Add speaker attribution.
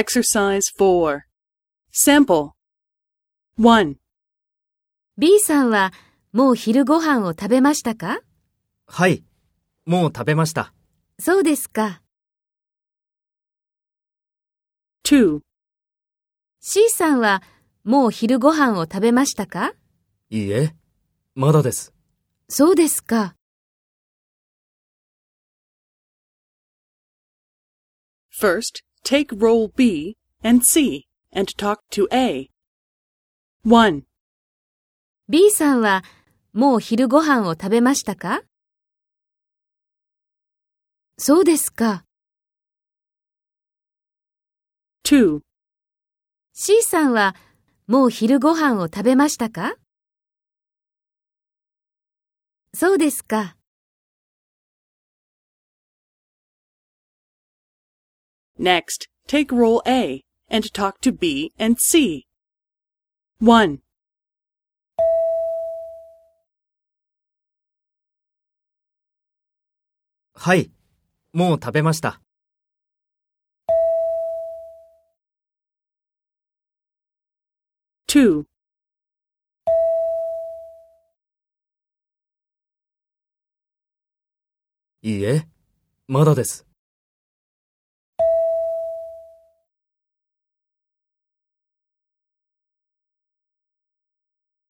Speaker 1: Exercise 4. Sample. 1.
Speaker 2: B さんはもう昼ご飯を食べましたか
Speaker 3: はい。もう食べました。
Speaker 2: そうですか。
Speaker 1: 2.
Speaker 2: C さんはもう昼ご飯を食べましたか
Speaker 3: いいえ。まだです。
Speaker 2: そうですか。
Speaker 1: First, take role B and C and talk to A. 1.
Speaker 2: B さんはもう昼ご飯を食べましたかそうですか。
Speaker 1: 2.
Speaker 2: C さんはもう昼ご飯を食べましたかそうですか。
Speaker 1: Next, take role A and talk to B and C. 1.
Speaker 3: はい。もう食べました。
Speaker 1: 2.
Speaker 3: いいえ。まだです。